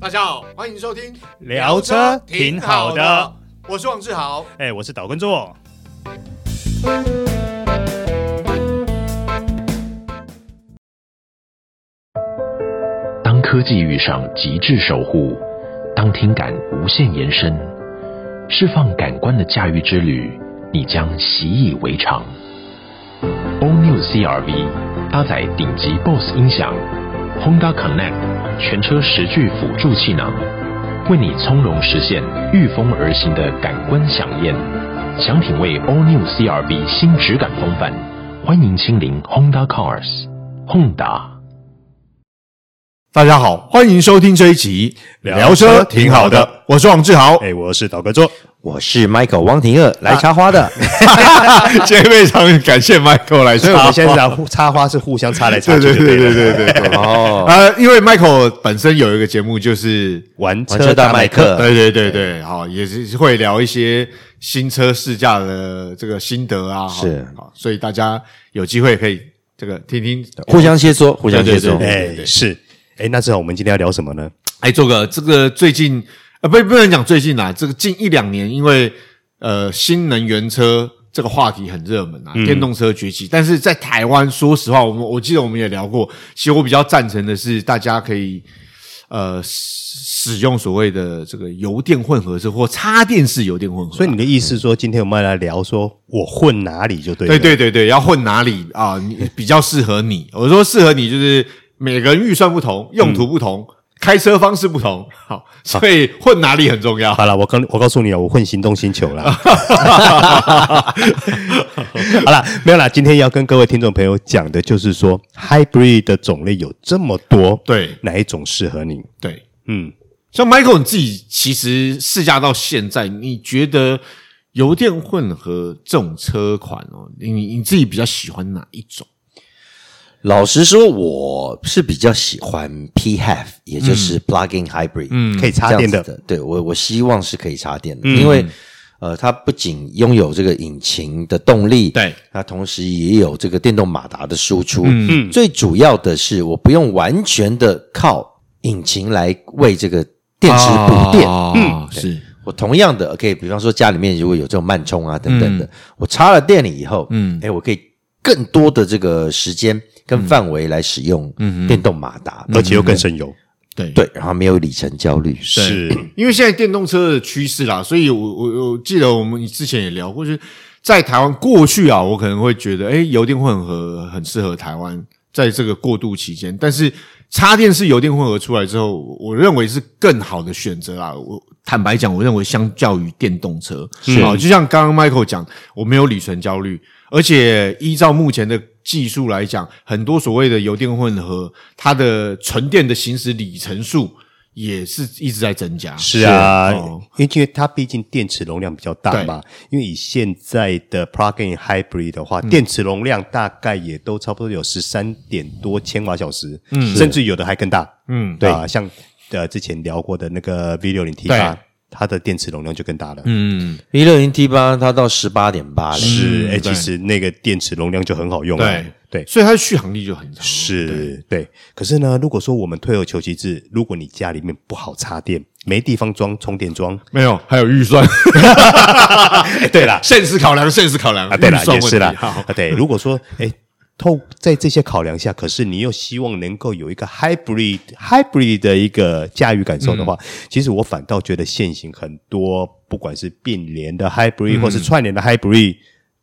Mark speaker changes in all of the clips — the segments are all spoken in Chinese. Speaker 1: 大家好，欢迎收听
Speaker 2: 聊车挺好的，
Speaker 1: 我是王志豪。
Speaker 2: 哎、我是岛根座。
Speaker 3: 当科技遇上极致守护，当听感无限延伸，释放感官的驾驭之旅，你将习以为常。All New CRV 搭载顶级 BOSS 音响，Honda Connect 全车十具辅助气囊，为你从容实现御风而行的感官飨宴。想品味 All New CRV 新质感风范，欢迎亲临 Honda Cars。Honda。
Speaker 1: 大家好，欢迎收听这一集
Speaker 2: 聊车挺好的，
Speaker 1: 我是王志豪
Speaker 2: 哎、。我是岛根座。
Speaker 4: 我是 Michael 汪廷
Speaker 5: 啊
Speaker 4: 乐，来插花的，
Speaker 5: 哎
Speaker 2: 今天非常感谢 Michael 来
Speaker 4: 所以我们现在
Speaker 2: 插
Speaker 4: 插插花是互相插来插去，
Speaker 5: 对对对对对对。
Speaker 4: 哦，
Speaker 5: 呃，因为 Michael 本身有一个节目，就是
Speaker 2: 话玩
Speaker 4: 玩车大麦克，
Speaker 5: 对对对对，好，也是会聊一些新车试驾的这个心得啊，好
Speaker 4: 是
Speaker 5: 好，所以大家有机会可以这个听听，
Speaker 4: 互相切磋，互相切
Speaker 5: 对对
Speaker 4: 磋。
Speaker 5: 对
Speaker 2: 哎、是哎、那正好我们今天要聊什么呢？
Speaker 5: 哎，做个这个最近呃，不不能讲最近啦，这个近一两年，因为呃新能源车这个话题很热门
Speaker 2: 嗯
Speaker 5: 啊，电动车崛起。但是在台湾，说实话，我们我记得我们也聊过，其实我比较赞成的是，大家可以呃使使用所谓的这个油电混合车或插电式油电混合啊。
Speaker 2: 所以你的意思说，今天我们来聊说我混哪里就对了。
Speaker 5: 对对对对，要混哪里啊？你比较适合你。我说适合你，就是每个人预算不同，用途不
Speaker 2: 嗯
Speaker 5: 同，开车方式不同，好，所以混哪里很重要。
Speaker 2: 好了，我告我告诉你啊，我混行动星球 啦。好了，没有啦。今天要跟各位听众朋友讲的就是说，hybrid 的种类有这么多，
Speaker 5: 对
Speaker 2: 哪一种适合你？
Speaker 5: 对，
Speaker 2: 嗯，
Speaker 5: 像 Michael 你自己其实试驾到现在，你觉得油电混合这种车款哦，你你自己比较喜欢哪一种？
Speaker 4: 老实说，我是比较喜欢 PHEV，也就是 Plug-in Hybrid，嗯
Speaker 2: 可以插电的
Speaker 4: 对我，我希望是可以插电
Speaker 5: 嗯
Speaker 4: 的，因为呃，它不仅拥有这个引擎的动力，
Speaker 5: 对，
Speaker 4: 它同时也有这个电动马达的输出。嗯，最主要的是，我不用完全的靠引擎来为这个电池补电。
Speaker 5: 嗯，是
Speaker 4: 我同样的可以，比方说家里面如果有这种慢充啊
Speaker 5: 嗯
Speaker 4: 等等的，我插了电了以后，嗯，哎，我可以更多的这个时间跟
Speaker 5: 嗯
Speaker 4: 范围来使用电动马达，
Speaker 2: 而且又
Speaker 4: 嗯
Speaker 2: 更省油。
Speaker 5: 对
Speaker 4: 对，然后没有里程焦虑，
Speaker 2: 是，
Speaker 5: 因为现在电动车的趋势啦，所以我我我记得我们之前也聊过，就是在台湾过去啊，我可能会觉得，哎，油电混合很适合台湾在这个过渡期间，但是插电式油电混合出来之后，我认为是更好的选择啦。我坦白讲，我认为相较于电动车，是啊，就像刚刚 Michael 讲，我没有里程焦虑，而且依照目前的技术来讲，很多所谓的油电混合，它的纯电的行驶里程数。也是一直在增加，
Speaker 2: 是啊，
Speaker 5: 哦
Speaker 2: 因为因为它毕竟电池容量比较大嘛，因为以现在的 plug-in hybrid 的
Speaker 5: 嗯
Speaker 2: 话，电池容量大概也都差不多有十三点多千瓦小时，嗯，甚至有的还更大，
Speaker 5: 嗯
Speaker 2: 对啊，像呃之前聊过的那个 V 六零 T 八
Speaker 5: 对，
Speaker 2: 它的电池容量就更大了，
Speaker 5: 嗯，
Speaker 4: 一六零 T 八它到十八点八嘞，
Speaker 5: 嗯
Speaker 2: 是，哎，
Speaker 5: 对
Speaker 2: 其实那个电池容量就很好用了
Speaker 5: 对，
Speaker 2: 对，
Speaker 5: 所以它的续航力就很长。
Speaker 2: 是对，可是呢，如果说我们退而求其次，如果你家里面不好插电，没地方装充电桩，
Speaker 5: 没有，还有预 算，
Speaker 2: 哎，对 啦，
Speaker 5: 现实考量，现实考量
Speaker 2: 啊，对啦，
Speaker 5: 预算
Speaker 2: 也
Speaker 5: 问
Speaker 2: 是啦，
Speaker 5: 题好
Speaker 2: 啊，对，如果说哎。透在这些考量下，可是你又希望能够有一个 hybrid hybrid 的一个驾驭感受的话，
Speaker 5: 嗯
Speaker 2: 其实我反倒觉得现行很多，不管是并联的
Speaker 5: 嗯
Speaker 2: hybrid、或是串联的 hybrid，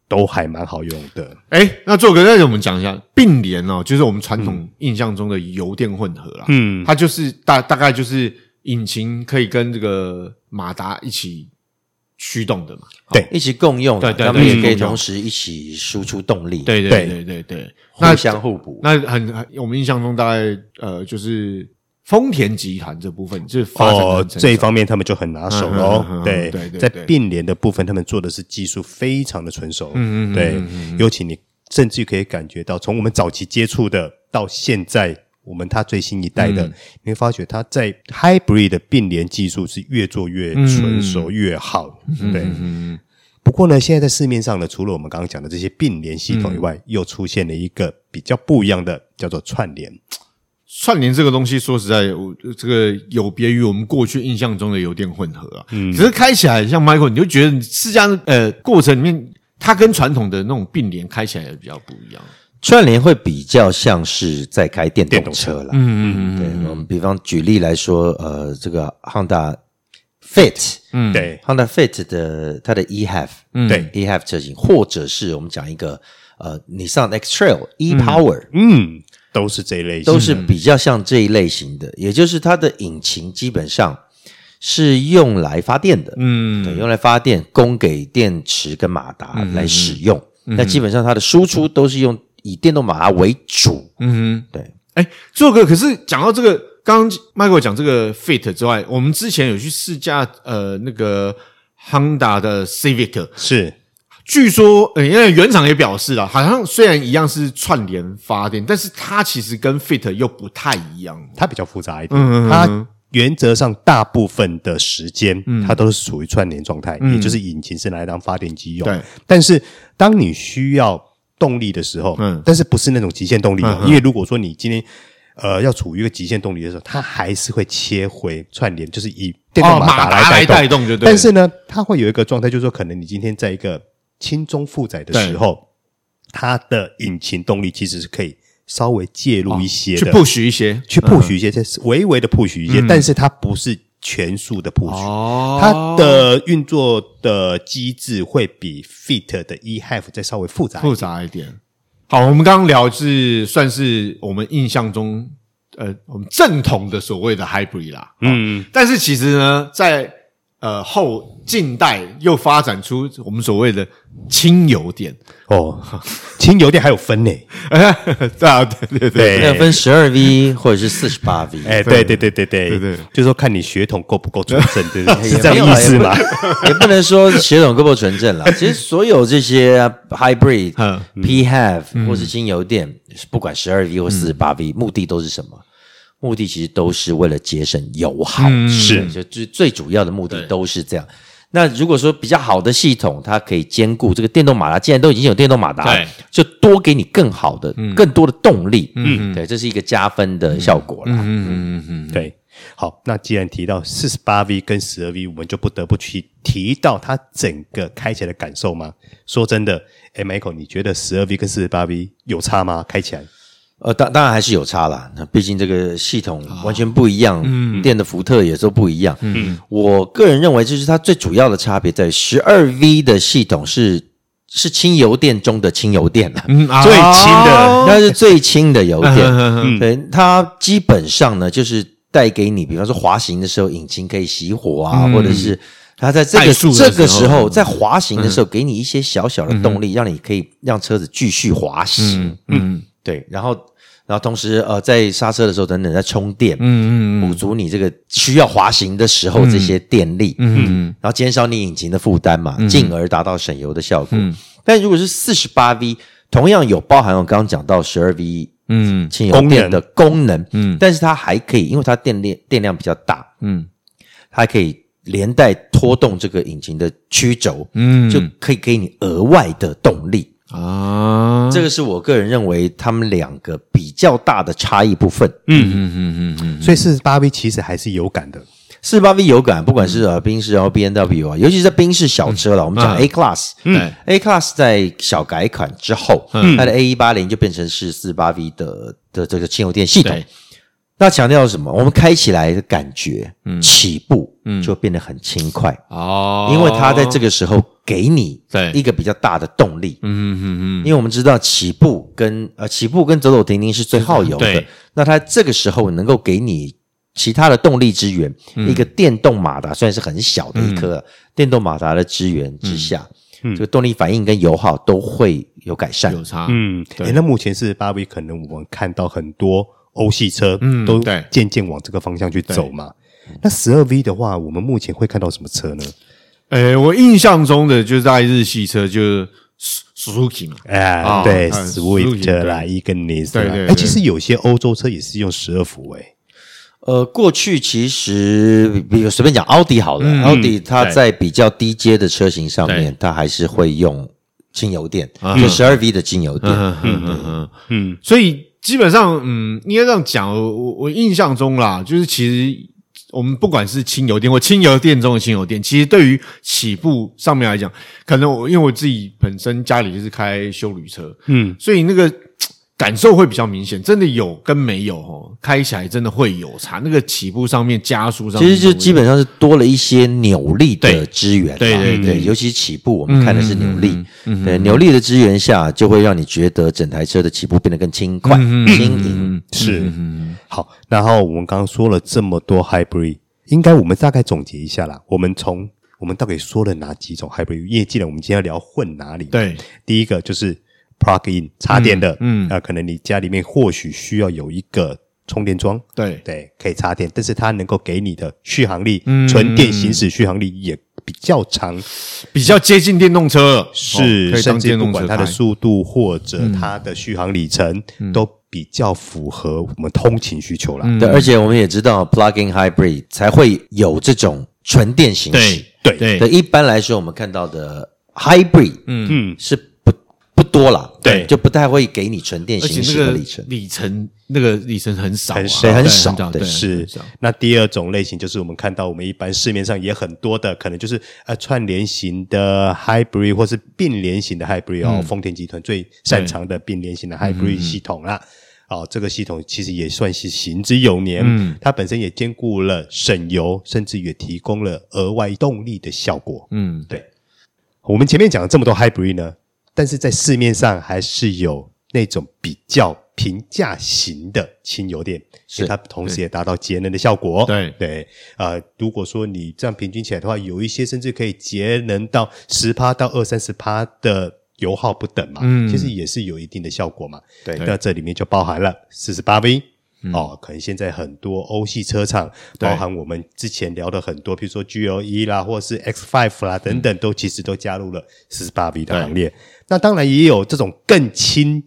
Speaker 2: 都还蛮好用的。
Speaker 5: 哎，那做哥，那我们讲一下并联哦，就是我们传统印象中的油电混合啦。
Speaker 2: 嗯
Speaker 5: 它就是大大概就是引擎可以跟这个马达一起驱动的嘛。
Speaker 4: 一起共用啊，
Speaker 5: 对对
Speaker 4: 他们
Speaker 5: 对
Speaker 4: 也可以
Speaker 5: 共用
Speaker 4: 同时一起输出动力，，
Speaker 5: 对对对对对，那
Speaker 4: 互相互补。
Speaker 5: 那很很我们印象中大概呃就是丰田集团这部分就是发展得
Speaker 2: 哦
Speaker 5: 很，成
Speaker 2: 这一
Speaker 5: 熟
Speaker 2: 方面他们就很拿手
Speaker 5: 嗯
Speaker 2: 喽
Speaker 5: 嗯嗯。嗯
Speaker 2: 对
Speaker 5: 对，对
Speaker 2: 在
Speaker 5: 对
Speaker 2: 并联的部分，他们做的是技术非常的纯熟。嗯嗯，对，尤其你甚至可以感觉到，从我们早期接触的到现在，我们它最新一代的，你会发觉它在 hybrid 的并联技术是越做越纯熟越好。
Speaker 5: 嗯
Speaker 2: 对。不过呢，现在在市面上呢，除了我们刚刚讲的这些并联系统以外，又出现了一个比较不一样的，叫做串联。
Speaker 5: 串联这个东西，说实在，我这个有别于我们过去印象中的油电混合啊。只是开起来像 Michael，你就觉得试驾呃过程里面，它跟传统的那种并联开起来比较不一样。
Speaker 4: 串联会比较像是在开电动车啦。
Speaker 5: 嗯嗯
Speaker 4: 对，我们比方举例来说，呃，这个 Honda Fit，嗯
Speaker 2: 对
Speaker 4: ，Honda Fit 的它的 E eHalf，
Speaker 2: 对
Speaker 4: ，eHalf 车型，或者是我们讲一个呃，你上 X Trail e Power，、
Speaker 2: 嗯，都是这一类型，
Speaker 4: 都是比较像这一类型的，也就是它的引擎基本上是用来发电的，嗯，对，用来发电，供给电池跟马达来使用。那基本上它的输出都是用以电动马达为主，
Speaker 5: 嗯
Speaker 4: 对，
Speaker 5: 哎，这哥，可是讲到这个，刚刚 Michael 讲这个 Fit 之外，我们之前有去试驾呃那个 Honda 的 Civic，
Speaker 2: 是
Speaker 5: 据说，呃，因为原厂也表示了，好像虽然一样是串联发电，但是它其实跟 Fit 又不太一样。
Speaker 2: 它比较复杂一
Speaker 5: 嗯
Speaker 2: 点，它原则上大部分的时间
Speaker 5: 嗯
Speaker 2: 它都是处于串联状态，也就是引擎是拿来当发电机用。
Speaker 5: 对，
Speaker 2: 但是当你需要动力的时候，
Speaker 5: 嗯
Speaker 2: 但是不是那种极限动力哦，
Speaker 5: 嗯嗯
Speaker 2: 因为如果说你今天呃要处于一个极限动力的时候，它还是会切回串联，就是以电动
Speaker 5: 哦
Speaker 2: 马
Speaker 5: 马达
Speaker 2: 达来
Speaker 5: 来
Speaker 2: 带
Speaker 5: 带动就对了
Speaker 2: 但是呢，它会有一个状态，就是说可能你今天在一个轻中负载的时候，它的引擎动力其实是可以稍微介入一些
Speaker 5: 哦去
Speaker 2: 的。
Speaker 5: push 一些，
Speaker 2: 去 push 一些，这是微微的 push 一些，但是它不是全速的 push，、
Speaker 5: 哦
Speaker 2: 它的运作的机制会比 Fit 的 E Half 再稍微复杂一
Speaker 5: 复
Speaker 2: 点。
Speaker 5: 杂一点。好，我们刚刚聊是算是我们印象中，呃，我们正统的所谓的 hybrid 啦。嗯，但是其实呢，在呃后近代又发展出我们所谓的轻油电，
Speaker 2: 哦，轻油电还有分呢、
Speaker 5: 对 啊，对对对，
Speaker 2: 对
Speaker 4: 要分十二 V 或者是四十八 V，
Speaker 2: 哎、对对对对对
Speaker 5: 对对
Speaker 2: 就是说看你血统够不够纯正，对不对？
Speaker 4: 也
Speaker 2: 是这样意思吗？
Speaker 4: 也不能 说血统够不够纯正了。其实所有这些啊 hybrid
Speaker 5: 嗯、
Speaker 4: p
Speaker 2: 嗯
Speaker 4: have 或是精油电，不管十二 V 或四十八 V，目的都是什么？目的其实都是为了节省油耗，
Speaker 5: 嗯
Speaker 2: 是
Speaker 4: 就最最主要的目的都是这样。那如果说比较好的系统，它可以兼顾这个电动马达，既然都已经有电动马达
Speaker 5: 对，
Speaker 4: 就多给你更好的、更多的动力。嗯，对，这是一个加分
Speaker 2: 嗯
Speaker 4: 的效果啦。
Speaker 2: 对。好，那既然提到四十八 V 跟十二 V，我们就不得不去提到它整个开起来的感受吗？说真的，哎，Michael，你觉得十二 V 跟四十八 V 有差吗？开起来？
Speaker 4: 呃，当当然还是有差啦，那毕竟这个系统
Speaker 5: 啊
Speaker 4: 完全不一样，
Speaker 5: 嗯
Speaker 4: 电的福特也都不一样。嗯，我个人认为，就是它最主要的差别在十二 V 的系统是是轻油电中的轻油电了。
Speaker 5: 嗯，啊
Speaker 2: 最轻的
Speaker 4: 那是最轻的油
Speaker 5: 嗯
Speaker 4: 电，对它基本上呢，就是带给你，比方说滑行的时候，引擎可以熄火啊，或者是它在这
Speaker 5: 嗯怠
Speaker 4: 个
Speaker 5: 速的
Speaker 4: 这个
Speaker 5: 时候嗯
Speaker 4: 时候，在滑行的时候，给你一些小小的动力，让你可以让车子继续滑行。嗯，对，然后然后同时呃，在刹车的时候等等在充电，嗯嗯，补足你这个需要滑行的时候这些电力，嗯，然后减少你引擎的负担嘛，进而达到省油的效果。但如果是四十八 V，同样有包含我刚刚讲到十二 V，嗯，轻油电的功能，嗯，但是它还可以，因为它电量电量比较大，嗯，它可以连带拖动这个引擎的曲轴，嗯，就可以给你额外的动力。
Speaker 5: 啊，
Speaker 4: 这个是我个人认为他们两个比较大的差异部分。
Speaker 5: 嗯
Speaker 2: 所以四十八 V 其实还是有感的。
Speaker 4: 四八 V 有感，不管是呃宾士然后 B N W 啊，尤其是在宾士小车了，我们讲
Speaker 5: 嗯
Speaker 4: A Class，
Speaker 5: 嗯
Speaker 4: ，A Class 在小改款之后，它的 A 一八零就变成是四八 V 的的这个轻油电系统
Speaker 5: 对。
Speaker 4: 那强调什么？我们开起来的感觉，起步就变得很轻快，
Speaker 5: 嗯哦，
Speaker 4: 因为它在这个时候给你
Speaker 5: 对
Speaker 4: 一个比较大的动力，
Speaker 5: 嗯嗯嗯
Speaker 4: 因为我们知道起步跟呃起步跟走走停停是最耗油的
Speaker 5: 对，
Speaker 4: 那它这个时候能够给你其他的动力支援，
Speaker 5: 嗯
Speaker 4: 一个电动马达虽然是很小的一颗、啊电动马达的支援之下，这个动力反应跟油耗都会有改善
Speaker 5: 嗯有。差，
Speaker 2: 嗯，
Speaker 5: 对
Speaker 2: 诶那目前四十八 V 可能我们看到很多欧系车，
Speaker 5: 嗯
Speaker 2: 都
Speaker 5: 对
Speaker 2: 渐渐往这个方向去走嘛。那十二 V 的话，我们目前会看到什么车呢？
Speaker 5: 诶，我印象中的就是在日系车就是 Suzuki 嘛，
Speaker 2: 哎、
Speaker 5: 啊
Speaker 2: 对
Speaker 5: 嗯
Speaker 2: ，Swift
Speaker 5: Swift，
Speaker 2: 啦，伊根尼斯
Speaker 5: 对
Speaker 2: 啦
Speaker 5: 对，
Speaker 2: 哎，
Speaker 5: 对
Speaker 2: 其实有些欧洲车也是用十二伏，哎，
Speaker 4: 呃，过去其实比如随便讲奥迪好
Speaker 5: 嗯
Speaker 4: 了，奥迪它在比较低阶的车型上面，它还
Speaker 5: 啊嗯
Speaker 4: 是会用轻油电，就十二 V 的轻油电。
Speaker 5: 嗯嗯嗯嗯，所以基本上，嗯，应该这样讲，我我我印象中啦，就是其实我们不管是轻油电或轻油电中的轻油电，其实对于起步上面来讲，可能我因为我自己本身家里就是开修旅车，
Speaker 2: 嗯，
Speaker 5: 所以那个感受会比较明显，真的有跟没有哦，开起来真的会有差。那个起步上面、加速上面
Speaker 4: 其
Speaker 5: 都会，
Speaker 4: 实就基本上是多了一些扭力的
Speaker 5: 对
Speaker 4: 资源啦，
Speaker 5: 对对对嗯
Speaker 4: 尤其起步我们看的是扭力，对扭力的资源下，就会让你觉得整台车的起
Speaker 5: 嗯
Speaker 4: 步变得更轻快、轻盈。
Speaker 2: 是，好。然后我们刚刚说了这么多 hybrid，应该我们大概总结一下啦。我们从我们到底说了哪几种 hybrid？因为既然我们今天要聊混哪里，，
Speaker 5: 对
Speaker 2: 第一个就是 plug in 插电的，
Speaker 5: 嗯
Speaker 2: 嗯，
Speaker 5: 嗯
Speaker 2: 啊、可能你家里面或许需要有一个充电桩，
Speaker 5: 对
Speaker 2: 对，可以插电，但是它能够给你的续航力，
Speaker 5: 嗯
Speaker 2: 纯电行驶续航力也比较长，
Speaker 5: 比较接近电动车了，哦
Speaker 2: 是，
Speaker 5: 可以
Speaker 2: 甚
Speaker 5: 当
Speaker 2: 至
Speaker 5: 电
Speaker 2: 不
Speaker 5: 动车嗯
Speaker 2: 管它的
Speaker 5: 开
Speaker 2: 速度或者它的续航里程，
Speaker 5: 嗯
Speaker 2: 都比较符合我们通勤需求啦。
Speaker 4: 对，而且我们也知道 plug-in hybrid 才会有这种纯电行驶
Speaker 5: 对。
Speaker 2: 对
Speaker 5: 对
Speaker 4: 对，一般来说我们看到的 hybrid，嗯
Speaker 2: 嗯
Speaker 4: 是不不多啦，
Speaker 5: 对
Speaker 4: 就不太会给你纯电
Speaker 5: 而且
Speaker 4: 行驶
Speaker 5: 那
Speaker 4: 的
Speaker 5: 个
Speaker 4: 里程。
Speaker 5: 里程那个里程很少啊，
Speaker 2: 很少
Speaker 4: 对很
Speaker 5: 对
Speaker 4: 少对
Speaker 5: 对，
Speaker 2: 是
Speaker 5: 很少，
Speaker 2: 那第二种类型就是我们看到我们一般市面上也很多的，可能就是呃串联型的 hybrid 或是并联型的 hybrid 哦，丰田集团最擅长的并联型的 hybrid 系统啦。哦，这个系统其实也算是行之有年，嗯，它本身也兼顾了省油，甚至也提供了额外动力的效果。
Speaker 5: 嗯，
Speaker 2: 对，我们前面讲了这么多 hybrid 呢，但是在市面上还是有那种比较平价型的轻油电，
Speaker 4: 是
Speaker 2: 因为它同时也达到节能的效果。
Speaker 5: 对
Speaker 2: 对，呃，如果说你这样平均起来的话，有一些甚至可以节能到十趴到二三十趴的。油耗不等嘛，
Speaker 5: 嗯
Speaker 2: 其实也是有一定的效果嘛。
Speaker 4: 对
Speaker 2: 那这里面就包含了四十八 V。哦，可能现在很多欧系车厂，
Speaker 5: 对
Speaker 2: 包含我们之前聊的很多，比如说 G L E 啦，或是 X Five 啦等等，都其实都加入了四十八 V 的行列。那当然也有这种更轻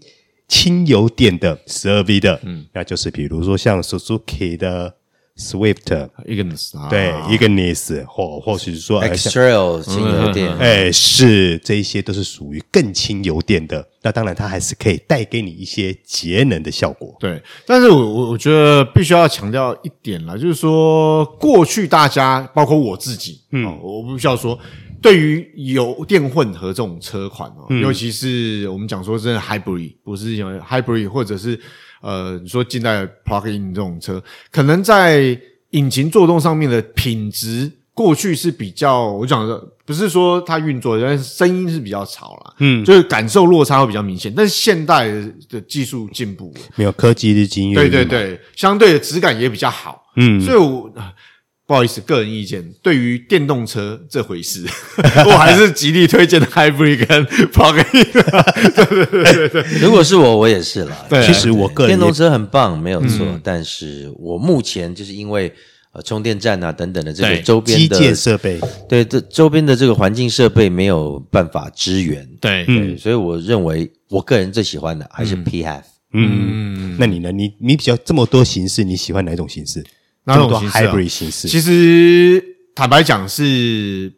Speaker 2: 轻油电的十二 V 的，嗯，那就是比如说像 Suzuki 的 Swift，、
Speaker 5: 一个人少
Speaker 2: 对 i g n i s 或或许说呃像
Speaker 5: 嗯
Speaker 4: Extrail 轻油电，
Speaker 2: 哎，是，这一些都是属于更轻油电的。那当然，它还是可以带给你一些节能的效果。
Speaker 5: 对，但是我我我觉得必须要强调一点啦，就是说过去大家包括我自己，嗯，我不需要说，对于油电混合这种车款哦，尤其是我们讲说真的 hybrid，不是讲 hybrid 或者是呃你说近代 plug-in 这种车，可能在引擎作动上面的品质。过去是比较，我讲的不是说它运作，但是声音是比较吵啦，嗯，就是感受落差会比较明显。但是现代的技术进步了，
Speaker 2: 没有科技日积月
Speaker 5: 对
Speaker 2: 异
Speaker 5: 对
Speaker 2: 嘛，
Speaker 5: 对，相对的质感也比较好。嗯，所以我啊不好意思，个人意见，对于电动车这回事， 我还是极力推荐 Hybrid 跟 Plug-in。
Speaker 4: 如果是我，我也是啦。
Speaker 5: 对
Speaker 2: 其实我个人
Speaker 4: 电
Speaker 2: 也嗯
Speaker 4: 动车很棒，没有错。但是我目前就是因为呃充电站啊等等的这个
Speaker 5: 对
Speaker 4: 周边
Speaker 2: 基
Speaker 4: 的
Speaker 2: 建设备，
Speaker 4: 对这周边的这个环境设备没有办法支援，
Speaker 5: 对，
Speaker 2: 嗯
Speaker 4: 对，所以我认为我个人最喜欢的还是 PHEV。
Speaker 2: 嗯，那你呢？你你比较这么多形式，你喜欢哪种形式？
Speaker 5: 哪种形式啊
Speaker 2: 这么多 hybrid 形式？
Speaker 5: 其实坦白讲是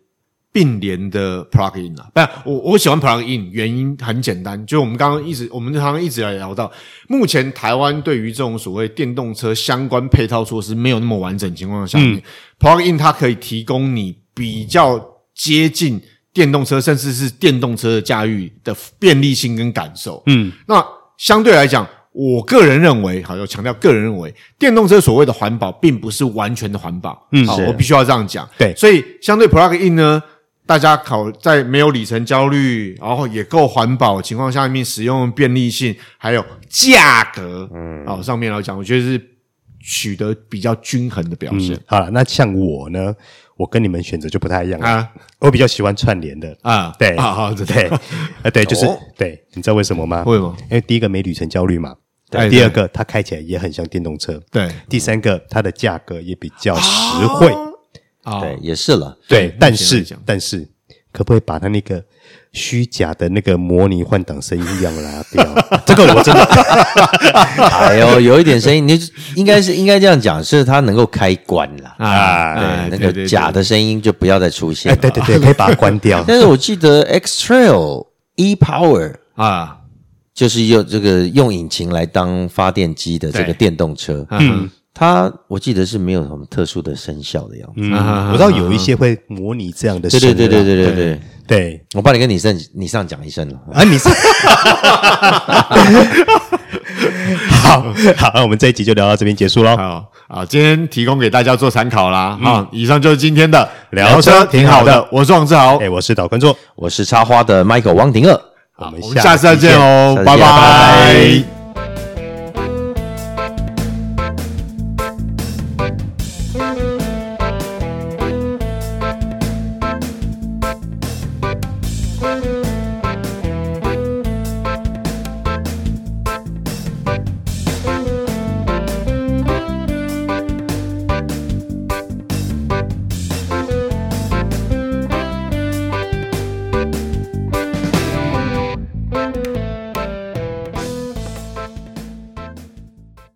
Speaker 5: 并联的 plug in 啊，不，我我喜欢 plug in 原因很简单，就我们刚刚一直我们刚刚一直来聊到，目前台湾对于这种所谓电动车相关配套措施没有那么完整的情况下面、p l u g in 它可以提供你比较接近。电动车甚至是电动车的驾驭的便利性跟感受，嗯，那相对来讲，我个人认为，好，要强调个人认为，电动车所谓的环保，并不是完全的环保。嗯，好，
Speaker 4: 是
Speaker 5: 我必须要这样讲。
Speaker 2: 对
Speaker 5: 所以相对 plug in 呢，大家考在没有里程焦虑，然后也够环保的情况下面，使用便利性还有价格，嗯，好，上面来讲，我觉得是取得比较均衡的表现
Speaker 2: 嗯，好了，那像我呢，我跟你们选择就不太一样了。
Speaker 5: 啊
Speaker 2: 我比较喜欢串联的，
Speaker 5: 啊，
Speaker 2: 嗯对
Speaker 5: 啊，好，对
Speaker 2: 对，啊，对，就是
Speaker 5: 哦
Speaker 2: 对，你知道为什么吗？
Speaker 5: 为什么？哎
Speaker 2: 因为第一个没旅程焦虑嘛，
Speaker 5: 对
Speaker 2: 第二个它开起来也很像电动车，
Speaker 5: 对，
Speaker 2: 第三个它的价格也比较实惠。哦
Speaker 5: 啊，
Speaker 4: 对，也是了。
Speaker 2: 对，但是
Speaker 5: 目前来讲
Speaker 2: 但是，可不可以把它那个虚假的那个模拟换挡声音要拿 掉？这个我真的
Speaker 4: 哎呦，有一点声 音，你就应该是应该这样讲，是它能够开关啦。
Speaker 5: 啊，哎
Speaker 4: 对，那个假，的声音就不要再出现
Speaker 2: 哎，
Speaker 4: 了。
Speaker 2: 对对对，可以把它关掉。
Speaker 4: 但是我记得 X Trail E Power
Speaker 5: 对对对啊，
Speaker 4: 就是用这个用引擎来当发电机的这个
Speaker 5: 对
Speaker 4: 电动车，
Speaker 2: 啊
Speaker 5: 嗯
Speaker 4: 它我记得是没有什么特殊的生效的样子。
Speaker 2: 嗯，
Speaker 5: 啊
Speaker 2: 我知道有一些会模拟这样的
Speaker 4: 对
Speaker 2: 声音
Speaker 4: 对
Speaker 2: 啊，
Speaker 4: 对对对对哎对，
Speaker 2: 对
Speaker 4: 我帮你跟你上你上讲一声了。
Speaker 2: 啊，你是好好，那我们这一集就聊到这边结束喽。
Speaker 5: 好啊，今天提供给大家做参考啦。哈，以上就是今天的
Speaker 2: 嗯聊车挺好的，
Speaker 5: 我是王志豪
Speaker 2: 哎、，我是导观众，
Speaker 4: 我是插花的 Michael 汪廷二。
Speaker 5: 我
Speaker 2: 我们
Speaker 5: 们下次
Speaker 2: 下
Speaker 5: 再
Speaker 2: 次见
Speaker 5: 见哦，
Speaker 4: 下次见
Speaker 5: 拜
Speaker 4: 拜
Speaker 5: 拜
Speaker 2: 拜。